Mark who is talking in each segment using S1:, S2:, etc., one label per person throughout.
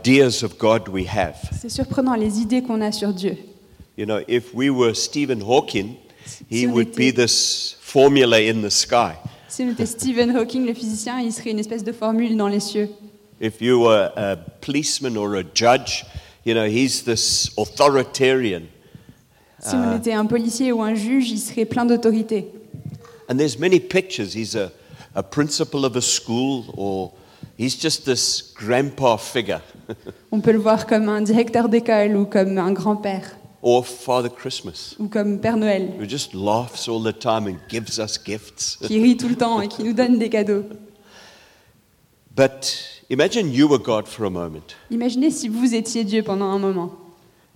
S1: ideas of God we have.
S2: C'est surprenant les idées qu'on a sur Dieu.
S1: You know, if we were Stephen Hawking, he
S2: Si on
S1: would be
S2: était-
S1: this formula in the sky.
S2: Si on était Stephen Hawking, le physicien, il serait une espèce de formule dans les cieux.
S1: If you were a policeman or a judge, you know, he's this authoritarian.
S2: Si
S1: Ah.
S2: on était un policier ou un juge, il serait plein d'autorité.
S1: And there's many pictures. He's a, a principal of a school or he's just this grandpa figure.
S2: On peut le voir comme un directeur d'école ou comme un grand-père
S1: or Father Christmas,
S2: ou comme Père Noël
S1: who just laughs all the time and gives us gifts.
S2: qui rit tout le temps et qui nous donne des cadeaux.
S1: But imagine you were God for a moment
S2: Imaginez si vous étiez Dieu pendant un moment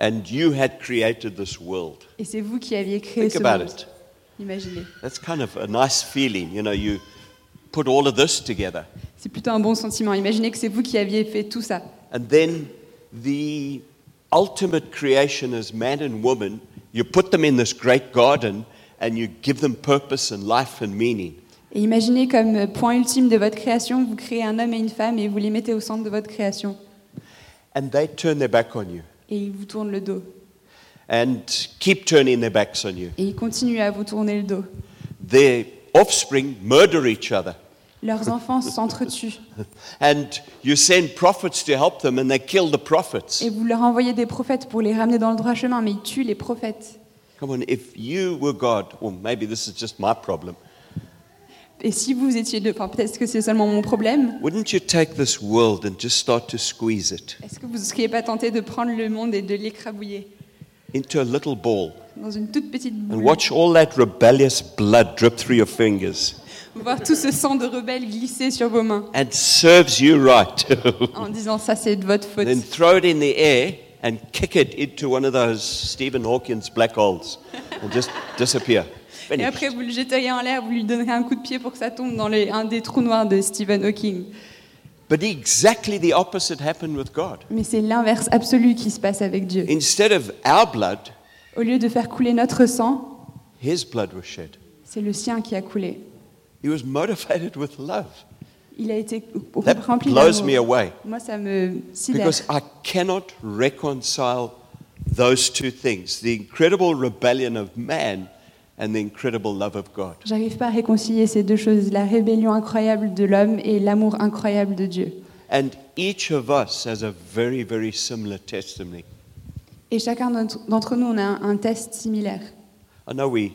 S1: and you had created this world.
S2: et c'est vous qui aviez créé
S1: Think
S2: ce
S1: about
S2: monde.
S1: it.
S2: Imaginez.
S1: That's kind of a nice feeling. You know, you put all of this together.
S2: C'est plutôt un bon sentiment. Imaginez que c'est vous qui aviez fait tout ça.
S1: And then the ultimate creation is man and woman. You put them in this great garden and you give them purpose and life and meaning.
S2: Et imaginez comme point ultime de votre création, vous créez un homme et une femme et vous les mettez au centre de votre création.
S1: And they turn their back on you
S2: Et ils vous tournent le dos.
S1: and keep turning their backs on you.
S2: Et ils continuent à vous tourner le dos.
S1: Their offspring murder each other.
S2: Leurs enfants s'entretuent.
S1: And you send prophets to help them and they kill the prophets.
S2: Et vous leur envoyez des prophètes pour les ramener dans le droit chemin, mais ils tuent les prophètes.
S1: Come on, if you were God, or maybe this is just my problem,
S2: Et si vous étiez deux, enfin peut-être que c'est seulement mon problème,
S1: wouldn't you take this world and just start to squeeze it
S2: est-ce que vous ne seriez pas tenté de prendre le monde et de l'écrabouiller
S1: into a little ball
S2: dans une toute petite
S1: and
S2: boule
S1: watch all that rebellious blood drip through your fingers?
S2: Voir tout ce sang de rebelle glisser sur vos mains
S1: And serves you right.
S2: en disant ça c'est de votre faute.
S1: then throw it in the air and kick it into one of those Stephen Hawkins black holes and just disappear.
S2: Et
S1: Finished.
S2: après vous le jetteriez en l'air, vous lui donnerez un coup de pied pour que ça tombe dans les- un des trous noirs de Stephen Hawking.
S1: But exactly the opposite happened with God.
S2: Mais c'est l'inverse absolu qui se passe avec Dieu.
S1: Instead of our blood,
S2: Au lieu de faire couler notre sang,
S1: his blood was shed.
S2: c'est le sien qui a coulé.
S1: He was motivated with love.
S2: Il a été
S1: That
S2: rempli
S1: blows
S2: d'amour.
S1: me away.
S2: Moi, ça me sidère.
S1: Because I cannot reconcile those two things the incredible rebellion of man and the incredible love of God.
S2: J'arrive pas à réconcilier ces deux choses, la rébellion incroyable de l'homme et l'amour incroyable de Dieu.
S1: And each of us has a very, very similar testimony.
S2: Et chacun d'entre d'entre nous, on a un, un test similaire.
S1: I know we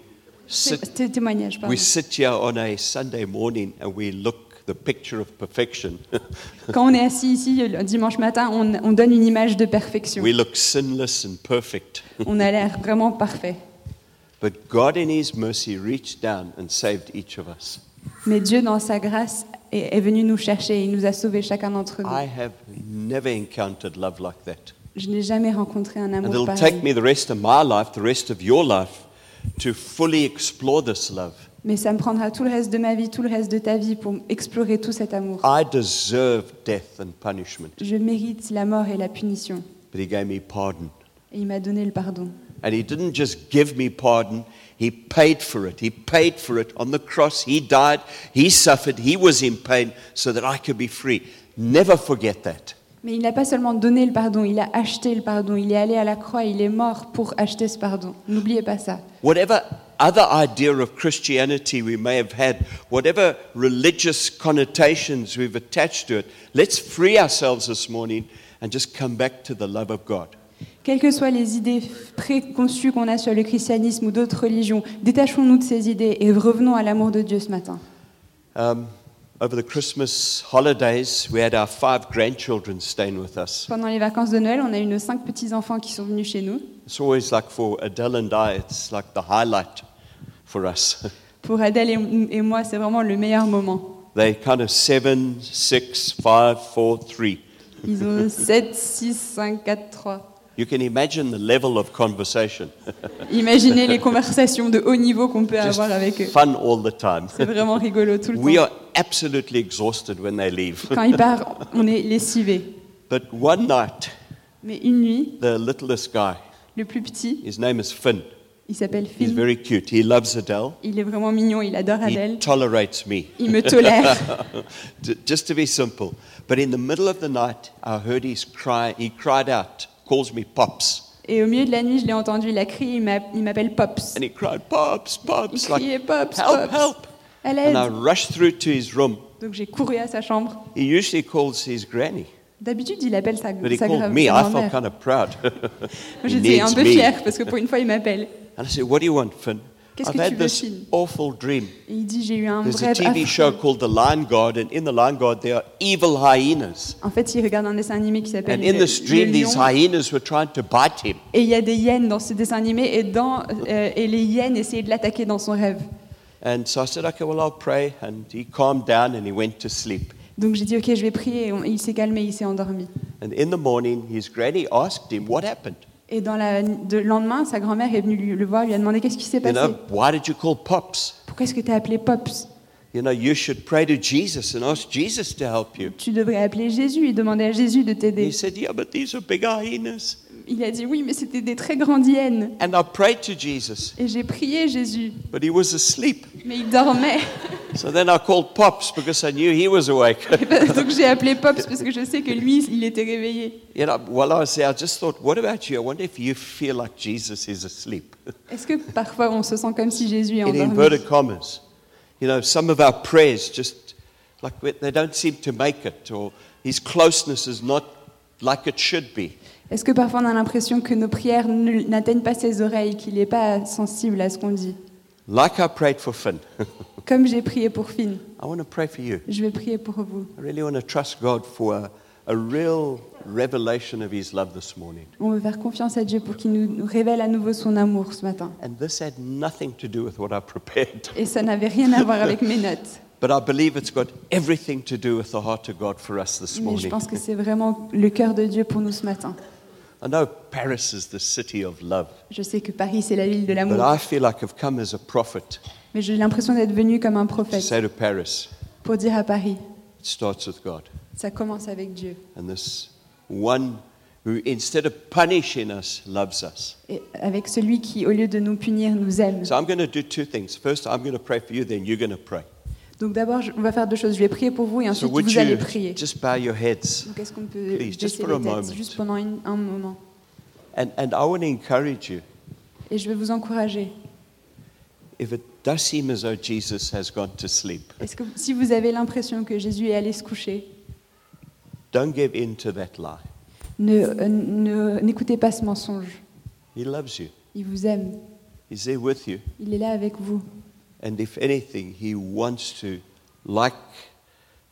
S2: C'est-
S1: sit,
S2: c'est témoignage, pardon.
S1: we sit here on a Sunday morning and we look the picture of perfection.
S2: Quand on est assis ici le dimanche matin, on, on donne une image de perfection.
S1: we look sinless and perfect.
S2: On a l'air vraiment parfait.
S1: But God, in His mercy, reached down and saved each of us.
S2: Mais Dieu, dans sa grâce, est, est venu nous chercher et il nous a sauvés chacun d'entre
S1: I
S2: nous.
S1: have never encountered love like that.
S2: Je n'ai jamais rencontré un
S1: And
S2: amour
S1: it'll take
S2: pareil.
S1: me the rest of my life, the rest of your life, to fully explore this love.
S2: Mais ça me prendra tout le reste de ma vie, tout le reste de ta vie pour explorer tout cet amour.
S1: I deserve death and punishment,
S2: Je mérite la mort et la punition.
S1: but He gave me pardon.
S2: Et il m'a donné le pardon.
S1: And He didn't just give me pardon, He paid for it. He paid for it on the cross. He died, He suffered, He was in pain so that I could be free. Never forget that.
S2: Mais il n'a pas seulement donné le pardon, il a acheté le pardon. Il est allé à la croix, il est mort pour acheter ce pardon. N'oubliez pas ça.
S1: Whatever other idea of Christianity we may have had, whatever religious connotations we've attached to it, let's free ourselves this morning and just come back to the love of God.
S2: Quelles que soient les idées préconçues qu'on a sur le christianisme ou d'autres religions, détachons-nous de ces idées et revenons à l'amour de Dieu ce matin.
S1: Um, over the Christmas holidays, we had our five grandchildren staying with us.
S2: Pendant les vacances de Noël, on a eu nos cinq petits-enfants qui sont venus chez nous.
S1: It's always like for Adele and I, it's like the highlight for us.
S2: Pour Adèle et, et moi, c'est vraiment le meilleur moment.
S1: they kind of seven, six, five, four, three.
S2: Ils ont 7, 6, 5, 4, 3.
S1: You can imagine the level of conversation.
S2: Imaginez les conversations de haut niveau qu'on peut
S1: Just
S2: avoir avec eux.
S1: fun all the time.
S2: C'est vraiment rigolo tout le
S1: We
S2: temps.
S1: are absolutely exhausted when they leave.
S2: Quand ils partent, on est lessivés.
S1: But one night,
S2: Mais une nuit,
S1: the littlest guy,
S2: le plus petit,
S1: his name is Finn,
S2: Il s'appelle
S1: He's
S2: Phil.
S1: very cute. He loves Adele.
S2: Il est vraiment mignon, il adore
S1: He
S2: Adèle.
S1: tolerates me.
S2: Il me tolère.
S1: J- Just to be simple. But in the middle of the night, I heard his cry. He cried out, calls me Pops.
S2: Et au milieu de la nuit, je l'ai entendu, il a crié, il m'a- il m'appelle Pops.
S1: And he cried, Pops,
S2: Il
S1: Pops, like,
S2: criait Pops,
S1: help,
S2: Pops.
S1: help.
S2: À l'aide.
S1: And I rushed through to his room.
S2: Donc j'ai couru à sa chambre.
S1: He usually calls his granny,
S2: D'habitude, il appelle sa,
S1: but he
S2: sa
S1: called
S2: gra-
S1: me. I
S2: sa grand-mère.
S1: felt kind of proud.
S2: Moi, J'étais un
S1: needs
S2: peu
S1: me.
S2: fière parce que pour une fois, il m'appelle.
S1: And I said, What do you want, Finn?
S2: Qu'est-ce
S1: I've
S2: que
S1: had
S2: tu veux,
S1: this
S2: Finn?
S1: awful dream.
S2: Et il dit, j'ai eu un
S1: There's a
S2: rêve
S1: TV
S2: affreux.
S1: show called The Lion Guard, and in The Lion Guard, there are evil hyenas.
S2: En fait, il regarde un dessin animé qui s'appelle
S1: And in this
S2: Le-
S1: dream,
S2: Le
S1: these
S2: Lion.
S1: hyenas were trying to bite him.
S2: Et il y a des hyènes dans ce dessin animé et, dans, euh, et les hyènes essayaient de l'attaquer dans son rêve.
S1: And so I said, Okay, well, I'll pray. And he calmed down and he went to sleep.
S2: Donc j'ai dit, ok, je vais prier. Et on- il s'est calmé, il s'est endormi.
S1: And in the morning, his granny asked him, What happened?
S2: Et dans la, de- le lendemain, sa grand-mère est venue lui- le voir, lui a demandé qu'est-ce qui s'est
S1: You
S2: passé.
S1: know, why did you call Pops?
S2: Pourquoi est-ce que tu as appelé Pops
S1: You know, you should pray to Jesus and ask Jesus to help you.
S2: Tu devrais appeler Jésus et demander à Jésus de
S1: He
S2: t'aider.
S1: said, Yeah, but these are big hyenas.
S2: Il a dit oui, mais c'était des très grandes hyènes.
S1: And I prayed to Jesus,
S2: Et j'ai prié Jésus,
S1: but he was asleep.
S2: mais il dormait.
S1: So then I called Pops because I knew he was awake.
S2: Et ben, Donc j'ai appelé Pops parce que je sais que lui, il était réveillé.
S1: You know, while I was there, I just thought, what about you? I wonder if you feel like Jesus is asleep.
S2: Est-ce que parfois on se sent comme si Jésus est
S1: In
S2: endormi
S1: inverted commas. You know, some of our prayers just, like, we- they don't seem to make it, or his closeness is not like it should be.
S2: Est-ce que parfois on a l'impression que nos prières ne- n'atteignent pas ses oreilles, qu'il n'est pas sensible à ce qu'on dit
S1: Like I prayed for Finn,
S2: Comme j'ai prié pour Finn,
S1: I want to pray for you.
S2: je vais prier pour vous.
S1: I really want to trust God for a, a real revelation of his love this morning.
S2: On veut faire confiance à Dieu pour qu'il nous nous révèle à nouveau son amour ce matin.
S1: And this had nothing to do with what I prepared,
S2: Et ça n'avait rien à voir avec mes notes.
S1: but I believe it's got everything to do with the heart of God for us this
S2: Mais je
S1: morning.
S2: pense que c'est vraiment le cœur de Dieu pour nous ce matin.
S1: I know Paris is the city of love,
S2: Je sais que Paris, c'est la ville
S1: but
S2: de l'amour.
S1: I feel like I've come as a prophet
S2: Mais j'ai l'impression d'être venu comme un
S1: to
S2: prophète
S1: say to Paris,
S2: pour dire à Paris,
S1: it starts with God.
S2: ça commence avec Dieu.
S1: And this one who, instead of punishing us, loves us.
S2: Et avec celui qui, au lieu de nous punir, nous aime.
S1: So I'm going to do two things. First, I'm going to pray for you, then you're going to pray.
S2: Donc d'abord, je- on va faire deux choses. Je vais prier pour vous et
S1: So
S2: ensuite
S1: would
S2: vous allez
S1: you
S2: prier.
S1: just bow your heads?
S2: Donc est-ce qu'on peut
S1: Please, just
S2: baisser
S1: for
S2: les
S1: a moment.
S2: têtes juste pendant une- un moment
S1: And, and I want to encourage you.
S2: Et je vais vous encourager.
S1: If it does seem as though Jesus has gone to sleep,
S2: Est-ce que si vous avez l'impression que Jésus est allé se coucher,
S1: don't give in to that lie.
S2: ne- euh, ne- n'écoutez pas ce mensonge.
S1: He loves you,
S2: Il vous aime.
S1: He's there with you.
S2: Il est là avec vous.
S1: And if anything, he wants to, like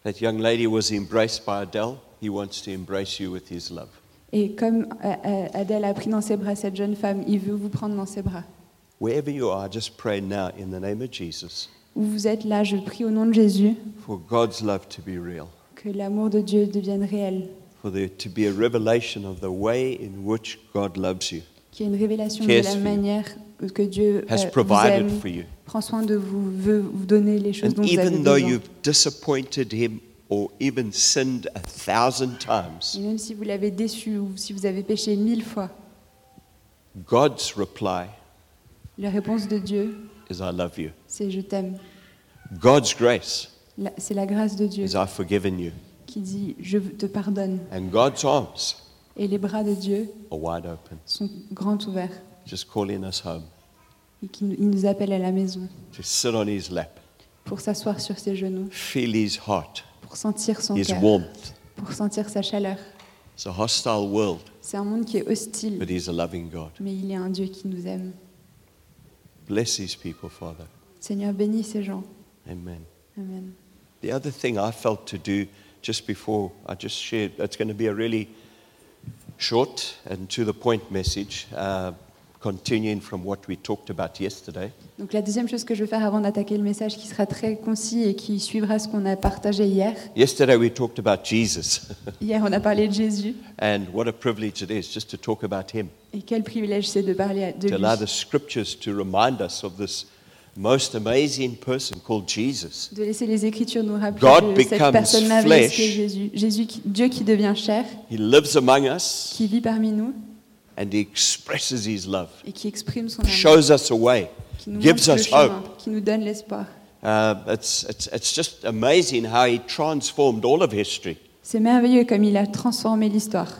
S1: that young lady was embraced by Adele, he wants to embrace you with his love.
S2: Et comme euh, euh, Adèle a pris dans ses bras cette jeune femme, il veut vous prendre dans ses bras.
S1: Wherever you are, just pray now in the name of Jesus
S2: Où vous êtes là, je prie au nom de Jésus
S1: for God's love to be real,
S2: que l'amour de Dieu devienne réel,
S1: for there to be a revelation of the way in which God loves you,
S2: qu'il y ait une révélation de
S1: Cares
S2: la
S1: for you.
S2: manière que Dieu
S1: has
S2: euh, vous
S1: provided
S2: aime,
S1: for you.
S2: prend soin de vous, veut vous donner les choses
S1: And
S2: dont vous avez
S1: even though
S2: besoin.
S1: you've disappointed him or even sinned a thousand times,
S2: Et même si vous l'avez déçu ou si vous avez péché mille fois,
S1: God's reply
S2: la réponse de Dieu,
S1: is, I love you.
S2: c'est je t'aime.
S1: God's grace
S2: La- C'est la grâce de Dieu
S1: is, I've forgiven you.
S2: qui dit je te pardonne.
S1: And God's arms
S2: Et les bras de Dieu
S1: are wide open.
S2: sont grands ouverts
S1: just calling us home
S2: et qui nous- il nous appelle à la maison
S1: to sit on his lap,
S2: pour s'asseoir sur ses genoux,
S1: feel his heart,
S2: pour sentir son
S1: his
S2: cœur,
S1: warmth.
S2: pour sentir sa chaleur.
S1: It's a hostile world,
S2: C'est un monde qui est hostile,
S1: but he's a loving God.
S2: mais il est un Dieu qui nous aime.
S1: Bless these people, Father.
S2: Seigneur, bénis ces gens.
S1: Amen.
S2: Amen.
S1: The other thing I felt to do just before I just shared, it's going to be a really short and to the point message, uh, continuing from what we talked about yesterday.
S2: Donc la deuxième chose que je vais faire avant d'attaquer le message qui sera très concis et qui suivra ce qu'on a partagé hier.
S1: Yesterday we talked about Jesus,
S2: Hier, on a parlé de Jésus
S1: and what a privilege it is just to talk about him.
S2: et quel privilège c'est de parler à- de
S1: to allow
S2: lui,
S1: the scriptures to remind us of this most amazing person called Jesus.
S2: de laisser les Écritures nous rappeler
S1: God
S2: de cette
S1: becomes
S2: personne merveilleuse
S1: flesh.
S2: qui est Jésus, Jésus qui- Dieu qui devient chair,
S1: He lives among us
S2: qui vit parmi nous
S1: and He expresses His love,
S2: et qui exprime son amour,
S1: shows us a way,
S2: qui nous
S1: gives
S2: montre le
S1: us
S2: chemin,
S1: hope.
S2: qui nous donne l'espoir.
S1: Uh, it's, it's, it's just amazing how He transformed all of history.
S2: C'est merveilleux comme il a transformé l'histoire.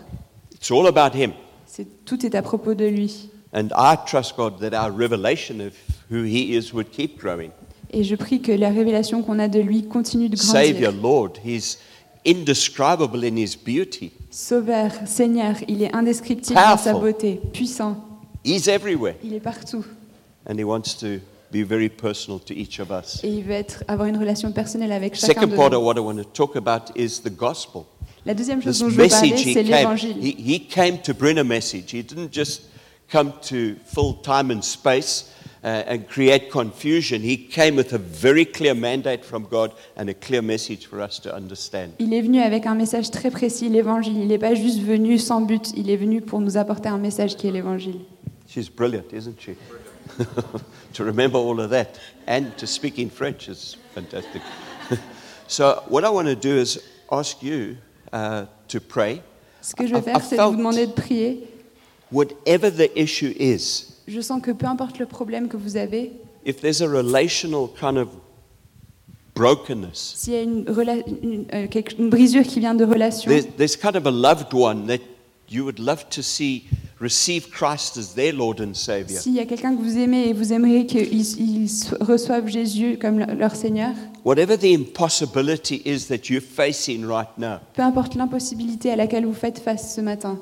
S1: It's all about Him.
S2: C'est- Tout est à propos de lui.
S1: And I trust God that our revelation of who He is would keep growing.
S2: Et je prie que la révélation qu'on a de lui continue de
S1: Savior,
S2: grandir.
S1: Lord, He's indescribable in His beauty.
S2: Sauveur, Seigneur, il est indescriptible dans sa
S1: Powerful.
S2: beauté, puissant,
S1: He's everywhere,
S2: il est partout.
S1: and He wants to be very personal to each of us.
S2: Et il veut être, avoir une relation personnelle avec chacun
S1: Second
S2: de
S1: part
S2: nous.
S1: of what I want to talk about is the gospel.
S2: La deuxième chose
S1: This
S2: dont je veux parler,
S1: message He
S2: c'est
S1: came.
S2: l'évangile.
S1: He, he came to bring a message. He didn't just come to fill time and space uh, and create confusion. He came with a very clear mandate from God and a clear message for us to understand.
S2: Il est venu avec un message très précis, l'évangile. Il n'est pas juste venu sans but, il est venu pour nous apporter un message qui est l'évangile.
S1: She's brilliant, isn't she? to remember all of that and to speak in French is fantastic. so, what I want to do is ask you uh, to pray.
S2: Ce que je vais
S1: I- I
S2: faire, c'est de
S1: felt
S2: vous demander de prier.
S1: Whatever the issue is,
S2: Je sens que peu importe le problème que vous avez,
S1: if there's a relational kind of brokenness,
S2: s'il y a une, rela- une- euh, quelque- une brisure qui vient de relation,
S1: there's, there's kind of a loved one that you would love to see receive Christ as their Lord and Savior.
S2: s'il y a quelqu'un que vous aimez et vous aimeriez qu'il il reçoive Jésus comme le- leur Seigneur,
S1: Whatever the impossibility is that you're facing right now,
S2: peu importe l'impossibilité à laquelle vous faites face ce matin,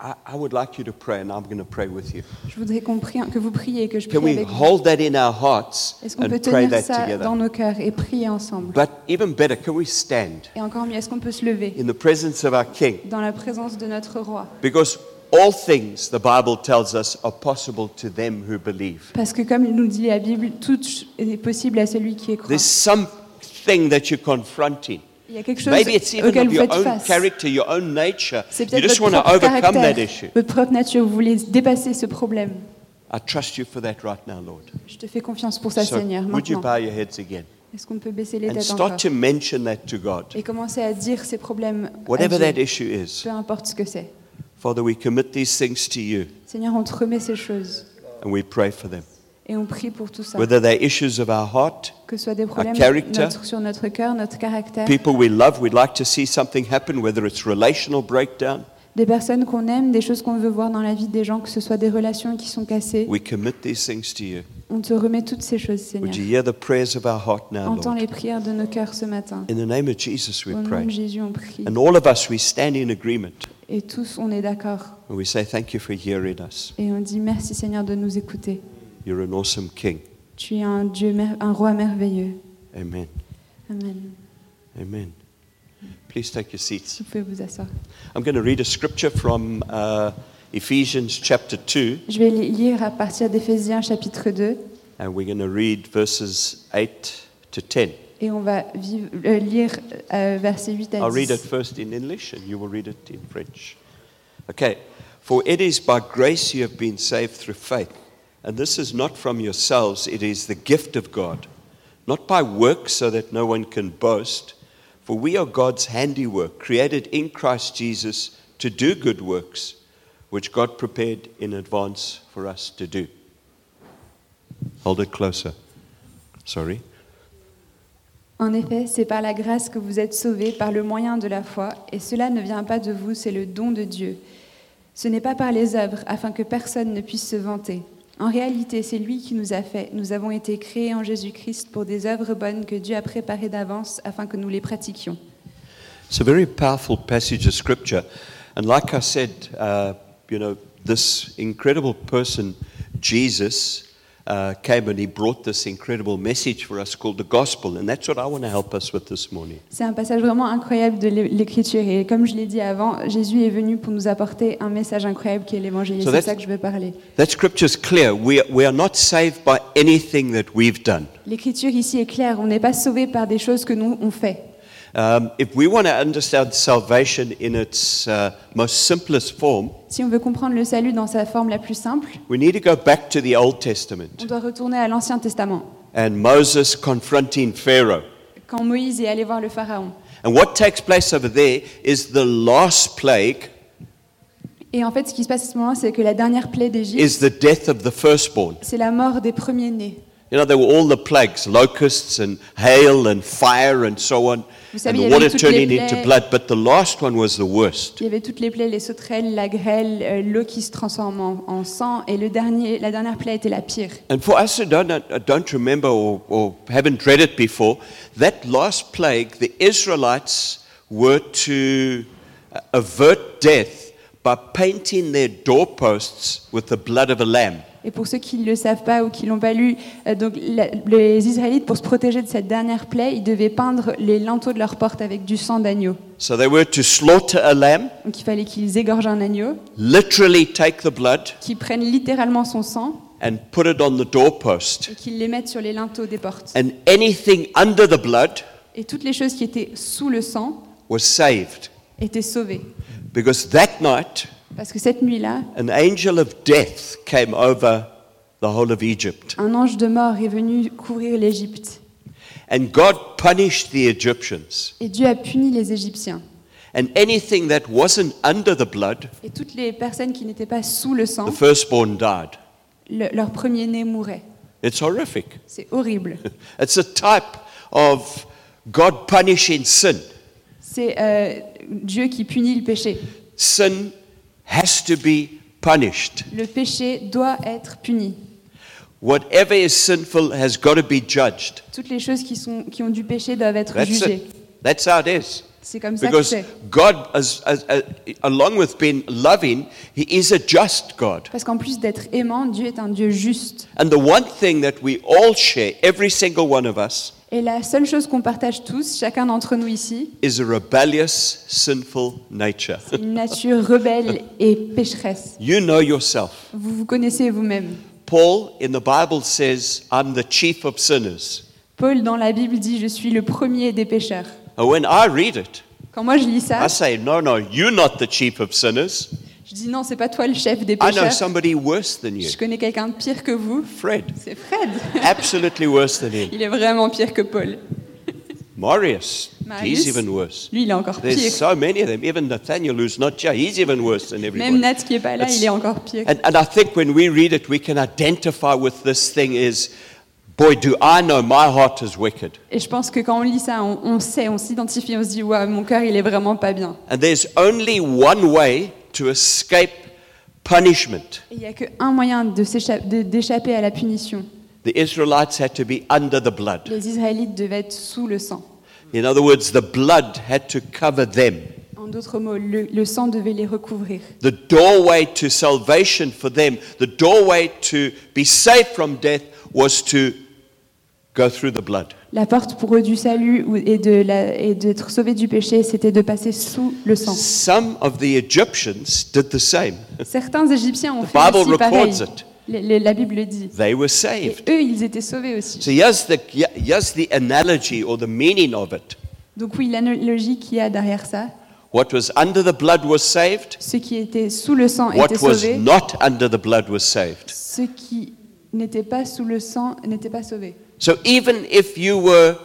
S1: I, I would like you to pray, and I'm going to pray with you.
S2: je voudrais qu'on prie- que vous priez, que je
S1: Can
S2: prie
S1: we
S2: avec vous.
S1: hold that in our hearts
S2: Est-ce qu'on peut
S1: and pray
S2: tenir
S1: that
S2: ça
S1: together?
S2: dans nos cœurs et prier ensemble
S1: But even better, can we stand
S2: Et encore mieux, est-ce qu'on peut se lever
S1: in the presence of our King?
S2: dans la présence de notre roi
S1: Because all things, the Bible tells us, are possible to them who believe.
S2: Parce que comme nous dit la Bible, tout est possible à celui qui est croit.
S1: There's something that you're confronting.
S2: Il y a quelque chose
S1: Maybe it's even
S2: auquel
S1: of
S2: vous
S1: your
S2: faites
S1: own
S2: face.
S1: character, your own nature.
S2: C'est
S1: You
S2: peut-être
S1: just
S2: votre
S1: want to
S2: propre
S1: overcome
S2: caractère,
S1: that issue.
S2: votre propre nature. Vous voulez dépasser ce problème.
S1: I trust you for that right now, Lord.
S2: Je te fais confiance pour ça,
S1: So
S2: Seigneur,
S1: would you
S2: maintenant.
S1: bow your heads again
S2: Est-ce qu'on peut baisser les
S1: and
S2: têtes encore
S1: start to mention that to God,
S2: et commencer à dire ces problèmes à
S1: whatever
S2: Dieu,
S1: that issue is?
S2: Peu importe ce que c'est.
S1: Father, we commit these things to you
S2: Seigneur, on te remet ces choses
S1: and we pray for them.
S2: et on prie pour tout ça.
S1: Whether they're issues of our heart,
S2: Que ce soit des problèmes
S1: character.
S2: notre- sur notre cœur, notre caractère,
S1: people we love, we'd like to see something happen, whether it's relational breakdown,
S2: des personnes qu'on aime, des choses qu'on veut voir dans la vie des gens, que ce soit des relations qui sont cassées.
S1: we commit these things to you.
S2: On te remet toutes ces choses, Seigneur.
S1: Would you hear the prayers of our heart now,
S2: Entends
S1: Lord?
S2: les prières de nos cœurs ce matin.
S1: In the name of Jesus, we
S2: Au nom de
S1: pray.
S2: Jésus, on prie.
S1: And all of us, we stand in agreement
S2: Et tous, on est d'accord.
S1: and we say, Thank you for hearing us.
S2: Et on dit merci Seigneur de nous écouter.
S1: You're an awesome King.
S2: Tu es un Dieu, mer- un roi merveilleux.
S1: Amen.
S2: Amen.
S1: Amen. Please take your seats.
S2: Vous pouvez vous asseoir.
S1: I'm going to read a scripture from uh, Ephesians chapter 2,
S2: Je vais li- lire à partir d'Éphésiens chapitre 2
S1: and we're going to read verses 8 to 10.
S2: et on va viv- euh, lire euh, versets 8 à
S1: I'll read it
S2: 10.
S1: first in English and you will read it in French. Okay. For it is by grace you have been saved through faith. And this is not from yourselves, it is the gift of God. Not by works, so that no one can boast. For we are God's handiwork, created in Christ Jesus to do good works, which God prepared in advance for us to do. Hold it closer. Sorry.
S2: En effet, c'est par la grâce que vous êtes sauvés par le moyen de la foi, et cela ne vient pas de vous, c'est le don de Dieu. Ce n'est pas par les œuvres, afin que personne ne puisse se vanter. En réalité, c'est lui qui nous a fait. Nous avons été créés en Jésus-Christ pour des œuvres bonnes que Dieu a préparées d'avance afin que nous les pratiquions.
S1: It's a very powerful passage of scripture. And like I said, uh, you know, this incredible person, Jesus, uh, came and he brought this incredible message for us called the gospel. And that's what I want to help us with this morning.
S2: C'est un passage vraiment incroyable de l'é- l'Écriture, et comme je l'ai dit avant, Jésus est venu pour nous apporter un message incroyable qui est l'Évangile. Et
S1: So
S2: C'est
S1: that's-
S2: ça que je veux parler.
S1: That scripture is clear. We, we are not saved by anything that we've done.
S2: L'Écriture ici est claire, on n'est pas sauvé par des choses que nous, on fait.
S1: Um, if we want to understand salvation in its uh, most simplest form,
S2: Si on veut comprendre le salut dans sa forme la plus simple,
S1: we need to go back to the Old Testament
S2: on doit retourner à l'Ancien Testament,
S1: and Moses confronting Pharaoh.
S2: quand Moïse est allé voir le Pharaon.
S1: And what takes place over there is the last plague
S2: Et en fait, ce qui se passe à ce moment-là, c'est que la dernière plaie d'Égypte,
S1: is the death of the firstborn.
S2: c'est la mort des premiers-nés.
S1: You know, there were all the plagues, locusts and hail and fire and so on,
S2: Vous savez,
S1: and
S2: il y
S1: the
S2: avait
S1: water
S2: toutes
S1: turning
S2: les
S1: into
S2: plaies.
S1: blood, but the last one was the worst.
S2: Il y avait toutes les plaies, les sauterelles, la grêle, euh, l'eau qui se transforme en, en sang. Et le dernier, la dernière plaie était la pire.
S1: And for us who don't, uh, don't remember or, or haven't read it before, that last plague, the Israelites were to uh, avert death by painting their doorposts with the blood of a lamb.
S2: Et pour ceux qui ne le savent pas ou qui l'ont pas lu, euh, donc la- les Israélites, pour se protéger de cette dernière plaie, ils devaient peindre les linteaux de leurs portes avec du sang d'agneau.
S1: So they were to slaughter a lamb,
S2: Donc il fallait qu'ils égorgent un agneau,
S1: literally take the blood
S2: qu'ils prennent littéralement son sang
S1: and put it on the doorpost.
S2: et qu'ils les mettent sur les linteaux des portes.
S1: And anything under the blood
S2: Et toutes les choses qui étaient sous le sang
S1: was saved.
S2: étaient sauvées.
S1: Because that night,
S2: Parce que cette nuit-là,
S1: an angel of death came over the whole of Egypt.
S2: un ange de mort est venu couvrir l'Égypte.
S1: And God punished the Egyptians.
S2: Et Dieu a puni les Égyptiens.
S1: And anything that wasn't under the blood,
S2: Et toutes les personnes qui n'étaient pas sous le sang,
S1: the firstborn died.
S2: le- leur premier-né mourait.
S1: It's horrific.
S2: C'est horrible.
S1: It's a type of God punishing sin.
S2: C'est euh, Dieu qui punit le péché.
S1: Sin has to be punished.
S2: Le péché doit être puni.
S1: Whatever is sinful has got to be judged.
S2: Toutes les choses qui, sont, qui ont du péché doivent être
S1: That's
S2: jugées.
S1: it. That's how it is.
S2: C'est comme ça que
S1: Because
S2: c'est.
S1: God, as, as, as, along with being loving, He is a just God.
S2: Parce qu'en plus d'être aimant, Dieu est un Dieu juste.
S1: And the one thing that we all share, every single one of us,
S2: Et la seule chose qu'on partage tous, chacun d'entre nous ici,
S1: is a rebellious, sinful nature.
S2: c'est une nature rebelle et pécheresse.
S1: You know yourself.
S2: Vous vous connaissez vous-même.
S1: Paul in the Bible says, I'm the chief of sinners.
S2: Paul dans la Bible dit Je suis le premier des pécheurs.
S1: And when I read it,
S2: Quand moi je lis ça,
S1: I say, No, no, you're not the chief of sinners.
S2: je dis Non, c'est pas toi le chef des
S1: I know
S2: pécheurs.
S1: somebody worse than you.
S2: Je connais quelqu'un de pire que vous.
S1: Fred,
S2: C'est Fred.
S1: absolutely worse than him.
S2: Il est vraiment pire que Paul.
S1: Marius,
S2: Marius.
S1: he's even worse.
S2: Lui, il est encore pire.
S1: There's so many of them. Even Nathaniel, who's not here, he's even worse than
S2: Même
S1: everyone.
S2: Nat qui est pas là,
S1: That's-
S2: il est encore pire.
S1: And, and I think when we read it, we can identify with this thing is, boy, do I know my heart is wicked.
S2: Et je pense que quand on lit ça, on, on sait, on s'identifie, on se dit Waouh, mon cœur, il est vraiment pas bien.
S1: And there's only one way to escape punishment.
S2: Et Il n'y a qu'un moyen de s'écha- de- d'échapper à la punition.
S1: The Israelites had to be under the blood.
S2: Les Israélites devaient être sous le sang.
S1: In other words, the blood had to cover them.
S2: En d'autres mots, le, le sang devait les recouvrir.
S1: The doorway to salvation for them, the doorway to be safe from death, was to go through the blood.
S2: La porte pour eux du salut ou- et de la- et d'être sauvés du péché, c'était de passer sous le sang.
S1: Some of the Egyptians did the same.
S2: Certains Égyptiens ont
S1: The
S2: fait
S1: Bible
S2: aussi pareil.
S1: records it.
S2: Le- le- la Bible le dit.
S1: They were
S2: Et
S1: saved.
S2: eux, ils étaient sauvés aussi.
S1: So here's the, here's the analogy or the meaning of it.
S2: Donc oui, l'analogie qu'il y a derrière ça,
S1: What was under the blood was saved,
S2: ceux qui étaient sous le sang étaient
S1: what was
S2: sauvés,
S1: not under the blood was saved.
S2: ceux qui n'étaient pas sous le sang n'étaient pas sauvés.
S1: So even if you were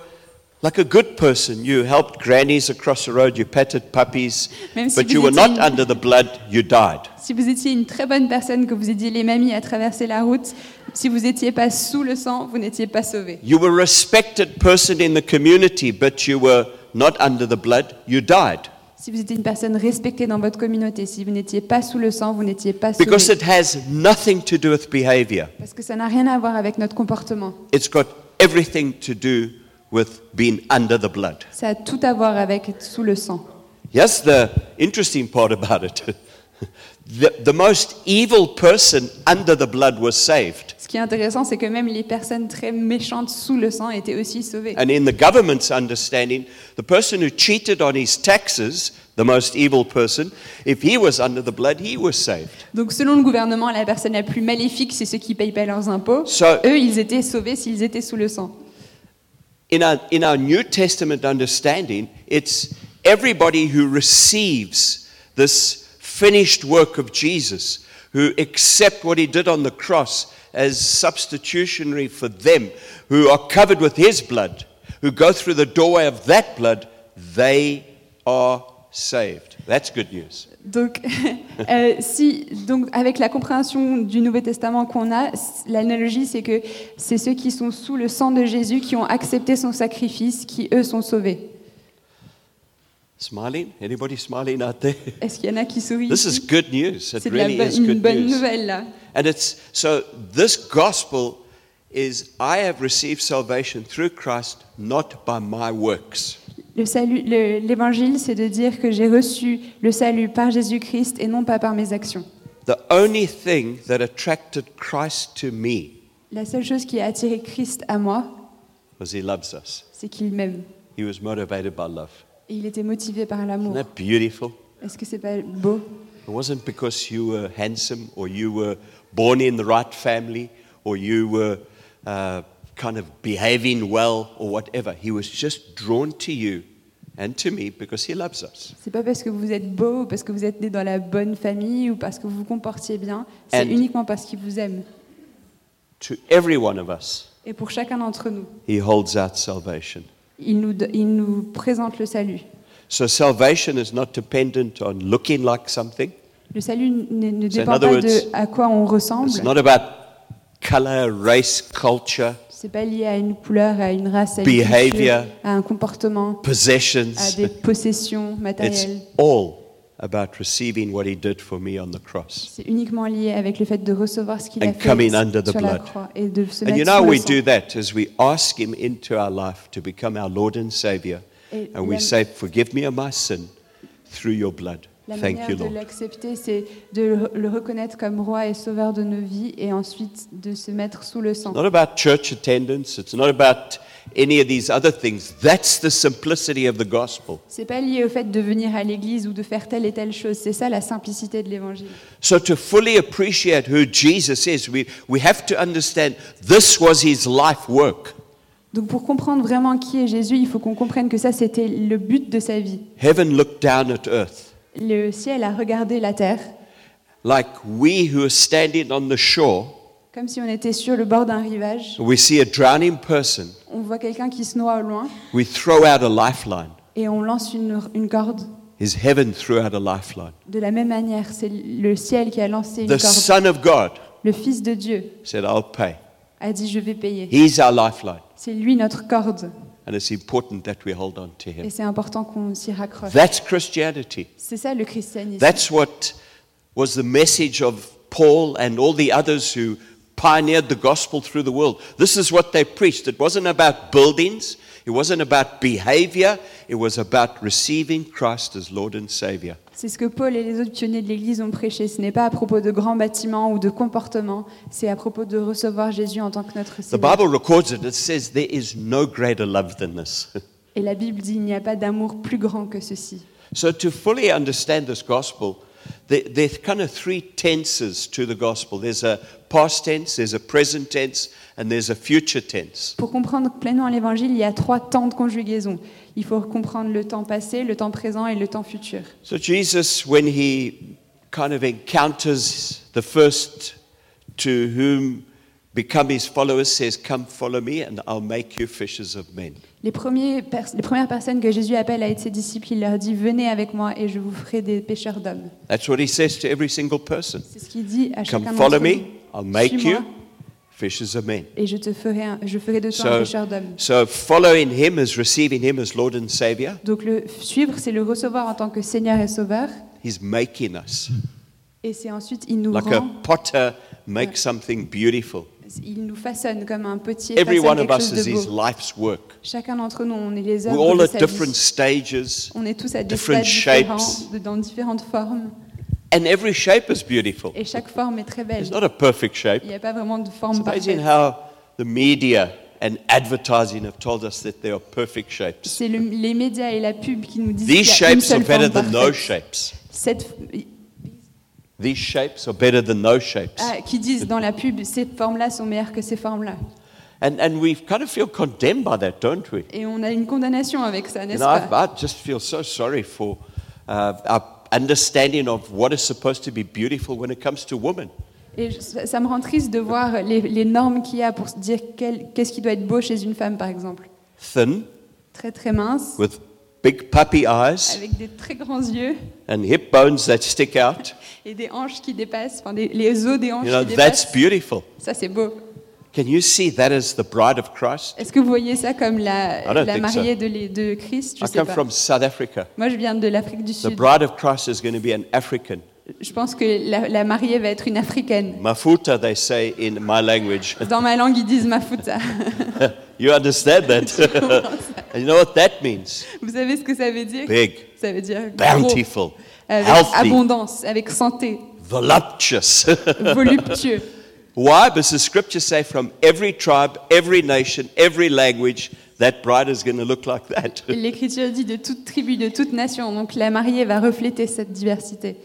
S1: like a good person, you helped grannies across the road, you petted puppies,
S2: Même si
S1: but
S2: vous
S1: you were
S2: étiez
S1: not
S2: une-
S1: under the blood, you died.
S2: Si vous étiez une très bonne personne, que vous aidiez les mamies à traverser la route, si vous n'étiez pas sous le sang, vous n'étiez pas sauvés.
S1: You were a respected person in the community, but you were not under the blood, you died.
S2: Si vous étiez une personne respectée dans votre communauté, si vous n'étiez pas sous le sang, vous n'étiez pas sauvés.
S1: Because it has nothing to do with behavior.
S2: Parce que ça n'a rien à voir avec notre comportement.
S1: It's got everything to do with being under the blood.
S2: Ça a tout à voir avec être sous le sang.
S1: Yes, the interesting part about it. The, the most evil person under the blood was saved.
S2: Ce qui est intéressant, c'est que même les personnes très méchantes sous le sang étaient aussi sauvées.
S1: And in the government's understanding, the person who cheated on his taxes, the most evil person, if he was under the blood, he was saved.
S2: Donc selon le gouvernement, la personne la plus maléfique, c'est ceux qui ne payent pas leurs impôts.
S1: Ça-
S2: Eux, ils étaient sauvés s'ils étaient sous le sang.
S1: In our, in our New Testament understanding, it's everybody who receives this finished work of Jesus, who accept what he did on the cross as substitutionary for them, who are covered with his blood, who go through the doorway of that blood, they are saved. That's good news.
S2: Donc, euh, si, donc, avec la compréhension du Nouveau Testament qu'on a, s- l'analogie, c'est que c'est ceux qui sont sous le sang de Jésus qui ont accepté son sacrifice, qui eux sont sauvés.
S1: Smiling? Anybody smiling out there?
S2: Est-ce qu'il y en a qui sourient
S1: This is
S2: ici
S1: good news. It
S2: C'est de la
S1: really
S2: bonne,
S1: is
S2: une
S1: good
S2: bonne
S1: news.
S2: nouvelle là.
S1: And it's so this gospel is I have received salvation through Christ, not by my works.
S2: Le salut- le- L'évangile, c'est de dire que j'ai reçu le salut par Jésus-Christ et non pas par mes actions.
S1: The only thing that attracted Christ to me
S2: La seule chose qui a attiré Christ à moi,
S1: was he loves us.
S2: c'est qu'il m'aime.
S1: He was motivated by love.
S2: Et il était motivé par
S1: Isn't
S2: l'amour.
S1: that beautiful?
S2: Est-ce que c'est pas beau
S1: It wasn't because you were handsome or you were born in the right family or you were uh, kind of behaving well or whatever. He was just drawn to you and to me because he loves us.
S2: C'est pas parce que vous êtes beau ou parce que vous êtes né dans la bonne famille ou parce que vous vous comportiez bien. C'est
S1: And-
S2: uniquement parce qu'il vous aime.
S1: To every one of us,
S2: Et pour chacun d'entre nous,
S1: he holds out salvation.
S2: il nous, do- il nous présente le salut.
S1: So salvation is not dependent on looking like something.
S2: Le salut ne, ne
S1: So in
S2: dépend
S1: other
S2: pas
S1: words,
S2: de à quoi on ressemble.
S1: It's not about color, race, culture,
S2: C'est pas lié à une couleur, à une race, à une
S1: Behavior.
S2: culture, à un comportement, à
S1: possessions.
S2: des possessions
S1: It's
S2: matérielles.
S1: all about receiving what he did for me on the cross.
S2: C'est uniquement lié avec le fait de recevoir ce qu'il
S1: And
S2: a fait
S1: coming under the
S2: sur la
S1: blood.
S2: croix et de se
S1: And
S2: mettre
S1: you know how
S2: sous le
S1: we
S2: sang.
S1: do that is we ask Him into our life to become our Lord and Savior,
S2: Et
S1: and we
S2: la-
S1: say, "Forgive me of my sin, through Your blood."
S2: La
S1: Thank
S2: manière
S1: you,
S2: de
S1: Lord.
S2: l'accepter, c'est de le- le reconnaître comme roi et sauveur de nos vies et ensuite de se mettre sous le sang.
S1: Not about church attendance. It's not about any of these other things. That's the simplicity of the gospel.
S2: C'est pas lié au fait de venir à l'église ou de faire telle et telle chose. C'est ça la simplicité de l'évangile.
S1: So to fully appreciate who Jesus is, we, we have to understand this was His life work.
S2: Donc pour comprendre vraiment qui est Jésus, il faut qu'on comprenne que ça c'était le but de sa vie.
S1: Heaven looked down at earth,
S2: Le ciel a regardé la terre
S1: like we who are standing on the shore.
S2: comme si on était sur le bord d'un rivage.
S1: We see a drowning person.
S2: On voit quelqu'un qui se noie au loin
S1: We throw out a lifeline.
S2: et on lance une, une corde.
S1: His heaven threw out a lifeline.
S2: De la même manière, c'est le ciel qui a lancé une
S1: The
S2: corde.
S1: Son of God
S2: Le Fils de Dieu
S1: said, I'll pay.
S2: a dit je vais payer.
S1: He's our lifeline.
S2: C'est lui notre corde
S1: And it's important that we hold on to
S2: et
S1: him.
S2: c'est important qu'on s'y raccroche.
S1: That's Christianity.
S2: C'est ça le christianisme.
S1: That's what was the message of Paul and all the others who pioneered the gospel through the world. This is what they preached. It wasn't about buildings, it wasn't about behavior, it was about receiving Christ as Lord and Savior.
S2: C'est ce que Paul et les autres pionniers de l'Église ont prêché. Ce n'est pas à propos de grands bâtiments ou de comportements, c'est à propos de recevoir Jésus en tant que notre
S1: The
S2: Seigneur.
S1: Bible records it. It says, There is no greater love than this.
S2: Et la Bible dit il n'y a pas d'amour plus grand que ceci.
S1: So, to fully understand this gospel, there, there's kind of three tenses to the gospel there's a past tense, there's a present tense, and there's a future tense.
S2: Pour comprendre pleinement l'Évangile, il y a trois temps de conjugaison. Il faut comprendre le temps passé, le temps présent et le temps futur.
S1: So, Jesus, when he kind of encounters the first to whom become his followers, says, Come follow me, and I'll make you fishers of men.
S2: Les, premiers pers- les premières personnes que Jésus appelle à être ses disciples, il leur dit Venez avec moi et je vous ferai des pêcheurs d'hommes.
S1: That's what he says to every single person
S2: C'est ce qu'il dit à
S1: Come
S2: chacun
S1: follow
S2: d'entre nous.
S1: me, I'll make
S2: Suis-moi
S1: you fishers of men.
S2: et je te ferai, un- je ferai de toi un
S1: So,
S2: pêcheur d'hommes.
S1: so following him is receiving him as Lord and Savior.
S2: Donc le suivre, c'est le recevoir en tant que Seigneur et Sauveur,
S1: He's making us
S2: et c'est ensuite il nous
S1: like a
S2: rend,
S1: potter makes something beautiful.
S2: il nous façonne comme un petit
S1: Every
S2: façonne
S1: one of
S2: quelque
S1: us
S2: chose
S1: is
S2: de
S1: his
S2: beau.
S1: life's work.
S2: Chacun d'entre nous, on est les
S1: We're
S2: œuvres
S1: all
S2: de
S1: at
S2: sa
S1: different
S2: vie.
S1: stages,
S2: On est tous à des
S1: different
S2: stades différents,
S1: shapes.
S2: de- dans différentes formes,
S1: and every shape is beautiful.
S2: et chaque forme est très belle.
S1: It's not a perfect shape.
S2: Il n'y a pas vraiment de
S1: It's
S2: forme
S1: amazing
S2: parfaite.
S1: how the media and advertising have told us that there are perfect shapes.
S2: C'est le- les médias et la pub qui nous disent qu'il
S1: These
S2: y a une
S1: shapes are
S2: seule
S1: better
S2: forme
S1: than no
S2: parfaite.
S1: shapes.
S2: Cette,
S1: These shapes are better than no shapes.
S2: ah, qui disent dans la pub, ces formes-là sont meilleures que ces formes-là.
S1: And, and we kind of feel condemned by that, don't we?
S2: Et on a une condamnation avec ça,
S1: You
S2: n'est-ce
S1: know,
S2: pas
S1: I, I just feel so sorry for uh, our understanding of what is supposed to be beautiful when it comes to women.
S2: Et je- ça ça me rend triste de voir les, les normes qu'il y a pour se dire quel- qu'est-ce qui doit être beau chez une femme, par exemple.
S1: Thin,
S2: Très très mince,
S1: with big puppy eyes
S2: avec des très grands yeux
S1: and hip bones that stick out.
S2: et des hanches qui dépassent, enfin des- les os des hanches
S1: You know,
S2: qui
S1: that's
S2: dépassent.
S1: beautiful.
S2: Ça, c'est beau.
S1: Can you see that as the bride of Christ?
S2: Est-ce que vous voyez ça comme la,
S1: I don't
S2: la
S1: think so.
S2: mariée de, les- de Christ Je
S1: I
S2: sais
S1: come
S2: pas.
S1: from South Africa.
S2: Moi, je viens de l'Afrique du
S1: The
S2: Sud.
S1: bride of Christ is going to be an African.
S2: Je pense que la, la mariée va être une Africaine.
S1: Mafuta, they say in my language.
S2: Dans ma langue, ils disent Mafuta.
S1: You understand that? and you know what that means?
S2: Vous savez ce que ça veut dire
S1: Big,
S2: Ça veut dire gros,
S1: bountiful,
S2: avec
S1: healthy,
S2: abondance, avec santé,
S1: voluptuous.
S2: voluptueux.
S1: Why? Because the scriptures say from every tribe, every nation, every language, that bride is going to look like that.
S2: L'Écriture dit de toute tribu, de toute nation. Donc la mariée va refléter cette diversité.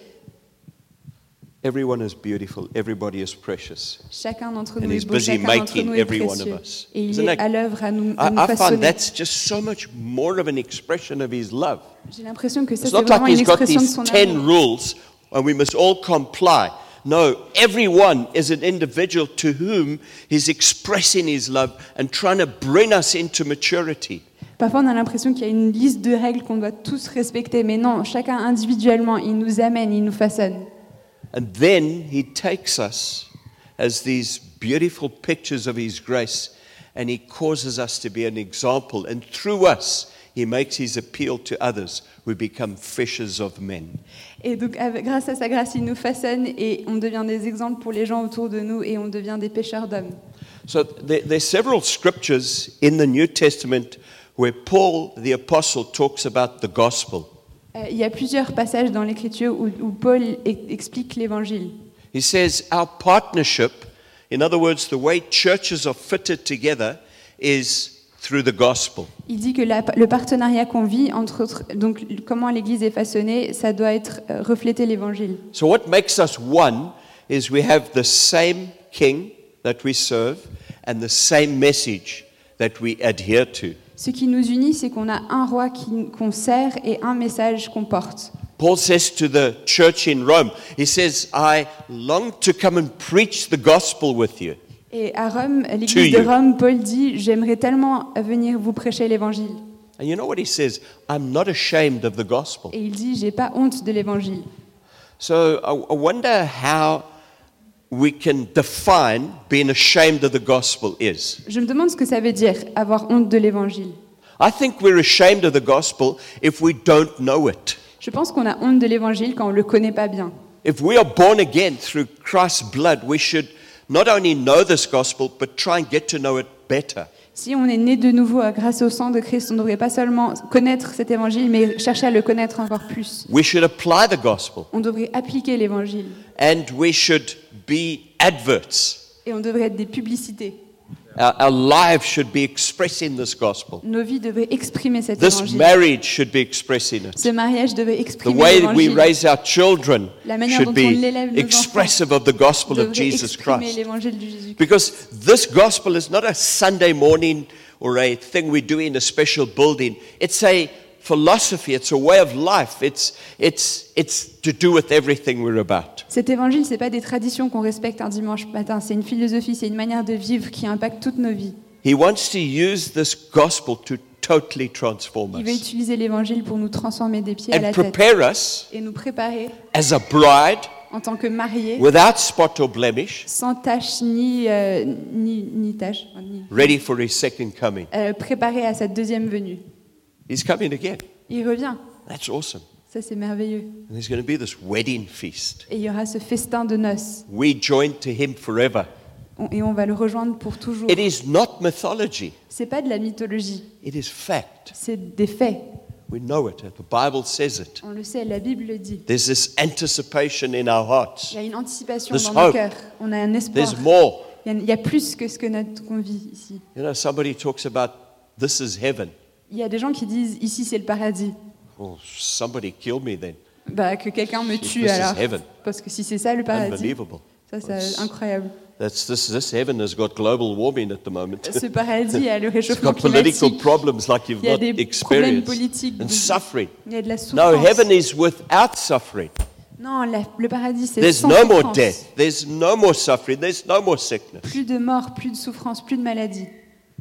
S1: Everyone is beautiful, everybody is precious.
S2: Chacun d'entre
S1: And
S2: nous
S1: he's
S2: est beau,
S1: busy
S2: chacun d'entre
S1: making
S2: nous est
S1: every one of
S2: précieux.
S1: us.
S2: Et il
S1: Isn't
S2: est
S1: that-
S2: à l'œuvre à nous, à nous
S1: I, I find
S2: façonner.
S1: that's just so much more of an expression of his love.
S2: J'ai l'impression que ça,
S1: It's
S2: c'est
S1: not like
S2: vraiment une
S1: he's got
S2: expression de
S1: these
S2: son amour.
S1: 10 rules and we must all comply. No, everyone is an individual to whom he's expressing his love and trying to bring us into maturity.
S2: Parfois, on a l'impression qu'il y a une liste de règles qu'on doit tous respecter, mais non, chacun individuellement, il nous amène, il nous façonne.
S1: And then he takes us as these beautiful pictures of his grace and he causes us to be an example. And through us, he makes his appeal to others. We become fishers of men.
S2: Et donc, avec- grâce à sa grâce, il nous façonne et on devient des exemples pour les gens autour de nous et on devient des pêcheurs d'hommes.
S1: So there, there are several scriptures in the New Testament where Paul the Apostle talks about the gospel.
S2: Euh, il y a plusieurs passages dans l'Écriture où, où Paul e- explique l'Évangile.
S1: He says, Our partnership, in other words, the way churches are fitted together, is through the gospel.
S2: Il dit que la- le partenariat qu'on vit, entre autres, donc comment l'Église est façonnée, ça doit être euh, refléter l'Évangile.
S1: So, what makes us one is we have the same king that we serve and the same message that we adhere to.
S2: Ce qui nous unit, c'est qu'on a un roi qui- qu'on sert et un message qu'on porte.
S1: Paul says to the church in Rome, he says, I long to come and preach the gospel with you.
S2: Et à Rome, à
S1: To
S2: l'église
S1: you.
S2: de Rome, Paul dit J'aimerais tellement venir vous prêcher l'évangile.
S1: And you know what he says? I'm not ashamed of the gospel.
S2: Et il dit J'ai pas honte de l'évangile.
S1: So, I I wonder how we can define being ashamed of the gospel is.
S2: Je me demande ce que ça veut dire, avoir honte de l'évangile.
S1: I think we're ashamed of the gospel if we don't know it.
S2: Je pense qu'on a honte de l'évangile quand on le connaît pas bien.
S1: If we are born again through Christ's blood, we should not only know this gospel, but try and get to know it better.
S2: Si on est né de nouveau euh, grâce au sang de Christ, on devrait pas seulement connaître cet évangile, mais chercher à le connaître encore plus.
S1: We should apply the gospel
S2: On devrait appliquer l'évangile
S1: and we should be adverts.
S2: et on devrait être des publicités.
S1: Our, our lives should be expressing this gospel.
S2: Nos vies devraient exprimer cet
S1: This
S2: évangile.
S1: marriage should be expressing it.
S2: Ce mariage devrait
S1: The
S2: exprimer
S1: way that we
S2: l'évangile.
S1: raise our children
S2: La manière
S1: should
S2: dont on
S1: be
S2: l'élève nos
S1: expressive of the gospel of
S2: devrait
S1: Jesus
S2: exprimer
S1: Christ.
S2: l'évangile du Jésus.
S1: Because this gospel is not a Sunday morning or a thing we do in a special building. It's a philosophy, it's a way of life. It's, it's, it's to do with everything we're about.
S2: Cet évangile, c'est pas des traditions qu'on respecte un dimanche matin, c'est une philosophie, c'est une manière de vivre qui impacte toutes nos vies.
S1: He wants to use this gospel to totally transform
S2: Il veut
S1: us
S2: utiliser l'évangile pour nous transformer des pieds à la
S1: and
S2: tête
S1: prepare us
S2: et nous préparer
S1: as a bride
S2: en tant que mariés,
S1: without spot or blemish,
S2: sans tache ni, euh, ni, ni tache, enfin, ni-
S1: ready for his second coming.
S2: euh, préparés à sa deuxième venue.
S1: He's coming again.
S2: Il revient,
S1: That's awesome.
S2: ça c'est merveilleux.
S1: And there's going to be this wedding feast.
S2: Et il y aura ce festin de noces
S1: We joined to him forever.
S2: On- et on va le rejoindre pour toujours.
S1: It is not mythology,
S2: C'est pas de la mythologie,
S1: it is fact.
S2: c'est des faits.
S1: We know it. The Bible says it.
S2: On le sait, la Bible le dit.
S1: There's this anticipation in our hearts.
S2: Il y a une anticipation
S1: This
S2: dans nos
S1: hope.
S2: cœurs. On a un espoir.
S1: There's more.
S2: Il y a- il y a plus que ce que notre qu'on vit ici.
S1: You know, somebody talks about this is heaven.
S2: Il y a des gens qui disent ici c'est le paradis.
S1: Oh, somebody kill me then.
S2: Bah que quelqu'un me
S1: Shit,
S2: tue
S1: this is
S2: alors.
S1: heaven.
S2: Parce que si c'est ça le paradis,
S1: Unbelievable.
S2: ça
S1: It's-
S2: c'est incroyable.
S1: That's this, this heaven has got global warming at the moment.
S2: Ce paradis a le
S1: It's
S2: réchauffement
S1: got political
S2: climatique.
S1: problems like you've
S2: Il y a
S1: not
S2: des problèmes
S1: experienced.
S2: politiques.
S1: And suffering.
S2: Il y a de la
S1: No,
S2: souffrance.
S1: heaven is without suffering.
S2: Non, la- le paradis c'est
S1: There's
S2: sans
S1: no more
S2: souffrance.
S1: death. There's no more suffering. There's no more sickness.
S2: Plus de mort, plus de souffrance, plus de maladie.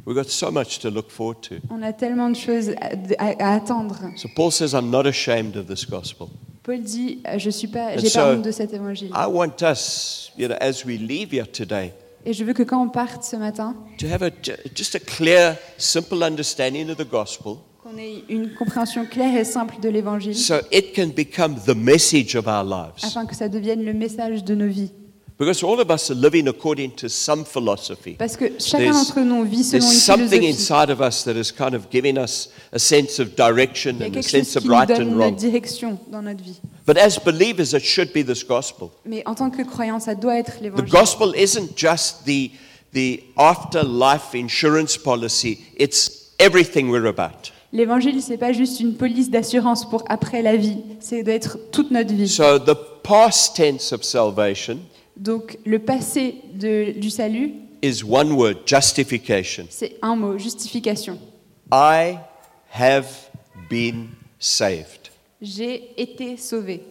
S1: We've got so much to look forward to.
S2: On a tellement de choses à, à- à attendre.
S1: So Paul says, I'm not ashamed of this gospel.
S2: Paul dit euh, Je suis pas,
S1: And
S2: j'ai
S1: so-
S2: pas honte de cet évangile.
S1: I want us, you know, as we leave here today,
S2: Et je veux que quand on parte ce matin,
S1: to have a, just a clear, simple understanding of the gospel
S2: qu'on ait une compréhension claire et simple de l'évangile,
S1: so it can become the message of our lives.
S2: afin que ça devienne le message de nos vies.
S1: Because all of us are living according to some philosophy.
S2: Parce que chacun
S1: There's-
S2: d'entre nous vit selon
S1: There's
S2: une
S1: something
S2: philosophie.
S1: inside of us that is kind of giving us a sense of direction
S2: Il y a
S1: and a
S2: quelque chose
S1: sense of
S2: qui nous
S1: right and
S2: donne notre
S1: wrong.
S2: direction dans notre vie.
S1: But as believers, it should be this gospel.
S2: Mais en tant que croyant, ça doit être
S1: The
S2: l'évangile.
S1: gospel isn't just the, the afterlife insurance policy, it's everything we're about.
S2: L'évangile, c'est pas juste une police d'assurance pour après la vie. C'est doit être toute notre vie.
S1: So the past tense of salvation
S2: Donc le passé de- du salut,
S1: is one word justification.
S2: c'est un mot justification.
S1: I have been saved.
S2: J'ai été sauvé.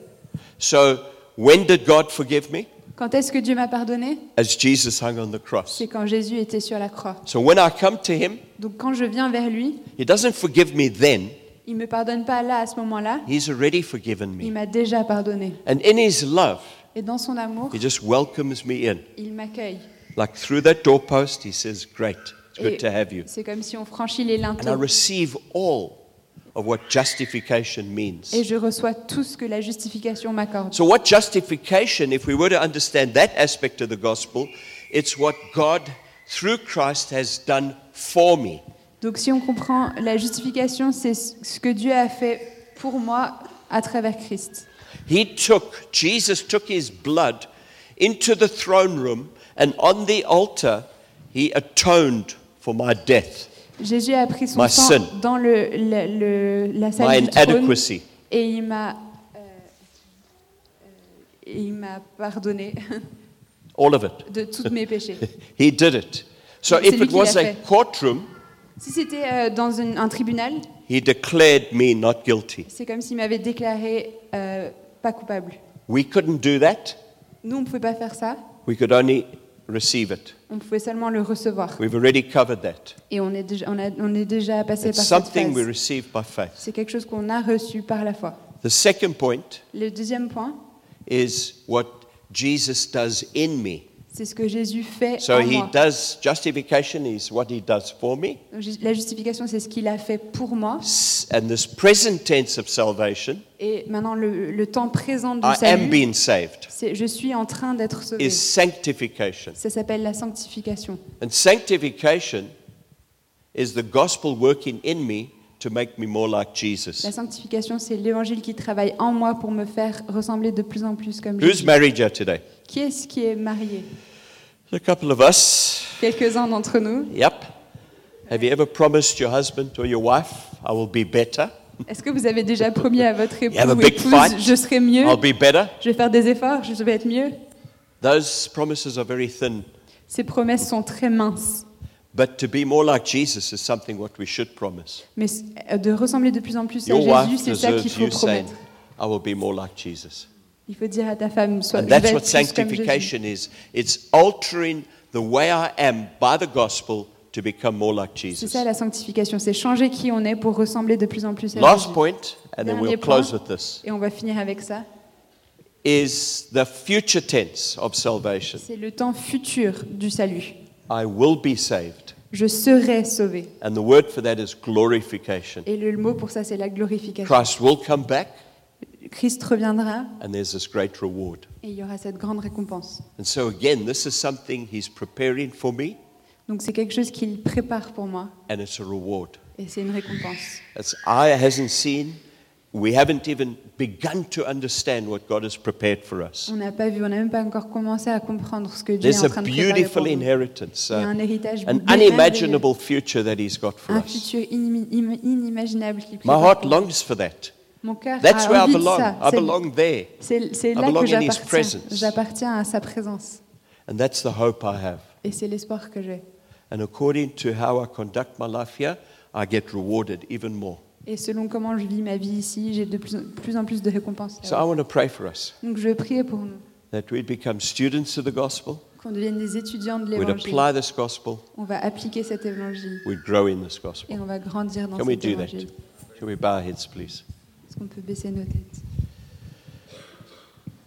S1: So when did God forgive me?
S2: Quand est-ce que Dieu m'a pardonné
S1: As Jesus hung on the cross.
S2: C'est quand Jésus était sur la croix.
S1: So when I come to him,
S2: Donc quand je viens vers lui,
S1: he doesn't forgive me then,
S2: il me pardonne pas là à ce moment-là,
S1: he's already forgiven
S2: il
S1: me.
S2: m'a déjà pardonné.
S1: And in his love,
S2: Et dans son amour,
S1: he just welcomes me in.
S2: il m'accueille.
S1: Like through that doorpost, he says, Great, it's
S2: Et
S1: good to have you.
S2: C'est comme si on franchit les
S1: And I
S2: linteaux.
S1: receive all of what justification means.
S2: Et je reçois tout ce que la justification m'accorde.
S1: So, what justification, if we were to understand that aspect of the gospel, it's what God, through Christ, has done for me.
S2: Donc si on comprend, la justification, c'est ce que Dieu a fait pour moi à travers Christ.
S1: He took, Jesus took his blood into the throne room, and on the altar, he atoned for my death.
S2: Jésus a pris son
S1: My
S2: sang
S1: sin.
S2: dans le, le- le- la salle
S1: My
S2: du trône
S1: inadequacy.
S2: et il m'a euh, euh, et il m'a pardonné
S1: All of it.
S2: de tous mes péchés.
S1: He did it. So,
S2: C'est
S1: if
S2: lui
S1: it
S2: qui l'a
S1: was a
S2: fait.
S1: courtroom,
S2: Si c'était euh, dans une- un tribunal,
S1: he declared me not guilty.
S2: c'est comme s'il m'avait déclaré euh, pas coupable.
S1: We couldn't do that.
S2: Nous, on ne pouvait pas faire ça,
S1: We could only receive it.
S2: on pouvait seulement le recevoir.
S1: We've already covered that.
S2: Et on est déjà, on a- on est déjà passé
S1: It's
S2: par cette
S1: something we
S2: phase.
S1: receive by faith.
S2: C'est quelque chose qu'on a reçu par la foi.
S1: The second point
S2: Le deuxième point,
S1: is what Jesus does in me.
S2: c'est ce que Jésus fait
S1: So
S2: en
S1: he
S2: moi.
S1: does justification is what he does for me.
S2: Donc, ju- La justification, c'est ce qu'il a fait pour moi.
S1: S- And this present tense of salvation,
S2: Et maintenant, le, le temps présent du
S1: I am
S2: salut,
S1: being saved,
S2: c'est je suis en train d'être sauvé.
S1: is sanctification.
S2: Ça s'appelle la sanctification.
S1: And sanctification is the gospel working in me to make me more like Jesus.
S2: La sanctification, c'est l'évangile qui travaille en moi pour me faire ressembler de plus en plus comme
S1: Who's
S2: Jésus.
S1: married here today?
S2: Qui est-ce qui est marié
S1: A couple of us.
S2: Quelques-uns d'entre nous.
S1: Yep. Have you ever promised your husband or your wife, I will be better?
S2: Est-ce que vous avez déjà promis à votre époux
S1: have a
S2: ou
S1: big
S2: épouse,
S1: fight.
S2: je serai mieux,
S1: I'll be better?
S2: je vais faire des efforts, je vais être mieux
S1: Those promises are very thin.
S2: Ces promesses sont très minces.
S1: But to be more like Jesus is something what we should promise.
S2: Mais euh, de ressembler de plus en plus
S1: Your
S2: à
S1: wife
S2: Jésus, c'est ça qu'il
S1: deserves
S2: faut
S1: you saying,
S2: promettre.
S1: I will be more like Jesus.
S2: Il faut dire à ta femme, sois
S1: And
S2: je vais
S1: that's
S2: être
S1: what
S2: plus comme Jésus.
S1: sanctification is. It's altering the way I am by the gospel to become more like
S2: C'est
S1: Jesus.
S2: ça la sanctification, c'est changer qui on est pour ressembler de plus en plus à
S1: Last
S2: Jésus.
S1: point, and then we'll
S2: Dernier
S1: close
S2: point.
S1: with this,
S2: Et on va finir avec ça.
S1: is the future tense of salvation.
S2: C'est le temps futur du salut.
S1: I will be saved.
S2: Je serai sauvé.
S1: And the word for that is glorification.
S2: Et le, le mot pour ça, c'est la glorification.
S1: Christ will come back,
S2: Christ reviendra
S1: and there's this great reward.
S2: et il y aura cette grande récompense.
S1: And so, again, this is something He's preparing for me,
S2: Donc c'est quelque chose qu'il prépare pour moi
S1: and it's a reward.
S2: et c'est une récompense.
S1: It's I hasn't seen, we haven't even begun to understand what God has prepared for us.
S2: On n'a pas vu, on n'a même pas encore commencé à comprendre ce que Dieu
S1: There's
S2: est en
S1: a
S2: train de préparer pour
S1: beautiful
S2: nous.
S1: inheritance,
S2: Il y a
S1: uh,
S2: un héritage
S1: an
S2: merveilleux.
S1: unimaginable future that He's got for
S2: un
S1: us.
S2: futur inimi- im- inimaginable qui
S1: My
S2: prépare
S1: heart
S2: pour nous.
S1: longs for that.
S2: Mon cœur
S1: That's where I
S2: a envie de
S1: belong.
S2: ça.
S1: I
S2: C'est-
S1: belong there.
S2: C'est c'est là
S1: belong
S2: que
S1: in his
S2: j'appartiens.
S1: presence.
S2: J'appartiens à sa présence.
S1: And that's the hope I have.
S2: Et c'est l'espoir que j'ai.
S1: And according to how I conduct my life here, I get rewarded even more.
S2: Et selon comment je vis ma vie ici, j'ai de plus en plus, en plus de récompenses.
S1: So I want to pray for us
S2: Donc je vais prier pour nous,
S1: that we become students of the gospel,
S2: qu'on devienne des étudiants de
S1: We'd
S2: l'évangile.
S1: apply this gospel.
S2: On va appliquer cet évangile
S1: We'd grow in this gospel.
S2: et on va grandir dans
S1: Can we
S2: cet
S1: do that?
S2: évangile.
S1: Can we bow our heads, please?
S2: Est-ce qu'on peut baisser nos têtes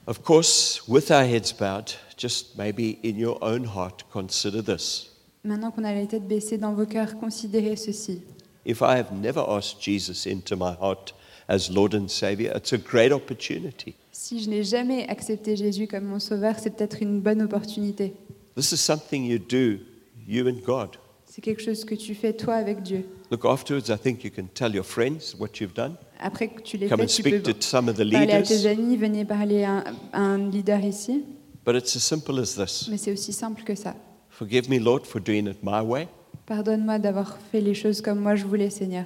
S1: Of course, with our heads bowed, just maybe in your own heart, consider this.
S2: Maintenant qu'on a les têtes baissées dans vos cœurs, considérez ceci.
S1: If I have never asked Jesus into my heart as Lord and Savior, it's a great opportunity.
S2: Si je n'ai jamais accepté Jésus comme mon sauveur, c'est peut-être une bonne opportunité.
S1: This is something you do, you and God.
S2: C'est quelque chose que tu fais toi avec Dieu.
S1: Look, afterwards, I think you can tell your friends what you've done.
S2: Après que tu l'aies
S1: Come
S2: fait,
S1: and
S2: tu
S1: speak
S2: peux
S1: to some of the
S2: parler à tes
S1: leaders.
S2: amis, venez parler à un, à un leader ici.
S1: But it's as simple as this
S2: Mais c'est aussi simple que ça.
S1: Forgive me, Lord, for doing it my way.
S2: Pardonne-moi d'avoir fait les choses comme moi je voulais, Seigneur.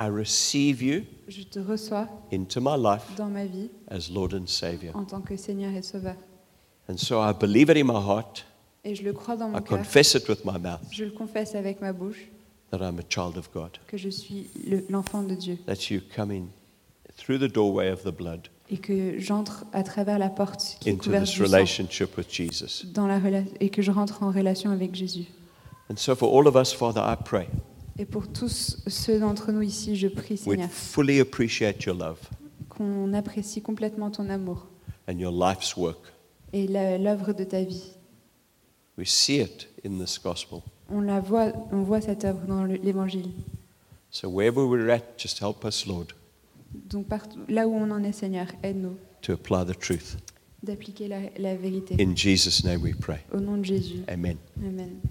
S1: I receive you
S2: Je te reçois
S1: into my life
S2: dans ma vie
S1: as Lord and Savior.
S2: en tant que Seigneur et Sauveur.
S1: And so I believe it in my heart.
S2: Et je le crois dans
S1: I
S2: mon cœur.
S1: confess it with my mouth
S2: Je le confesse avec ma bouche
S1: that I'm a child of God.
S2: que je suis le- l'enfant de Dieu
S1: That you come in through the doorway of the blood
S2: et que j'entre à travers la porte qui est
S1: into
S2: couverte
S1: this
S2: du sang
S1: relationship with Jesus.
S2: dans la rela- et que je rentre en relation avec Jésus.
S1: And so for all of us, Father, I pray
S2: Et pour tous ceux d'entre nous ici, je prie,
S1: we'd
S2: Seigneur,
S1: fully appreciate your love
S2: qu'on apprécie complètement ton amour
S1: and your life's work.
S2: et la- l'œuvre de ta vie.
S1: We see it in this gospel.
S2: On la voit, on voit cette œuvre dans le- l'Évangile.
S1: So wherever we're at, just help us, Lord,
S2: Donc partout, là où on en est, Seigneur, aide-nous
S1: to apply the truth.
S2: d'appliquer la, la vérité.
S1: In Jesus' name we pray.
S2: Au nom de Jésus.
S1: Amen.
S2: Amen.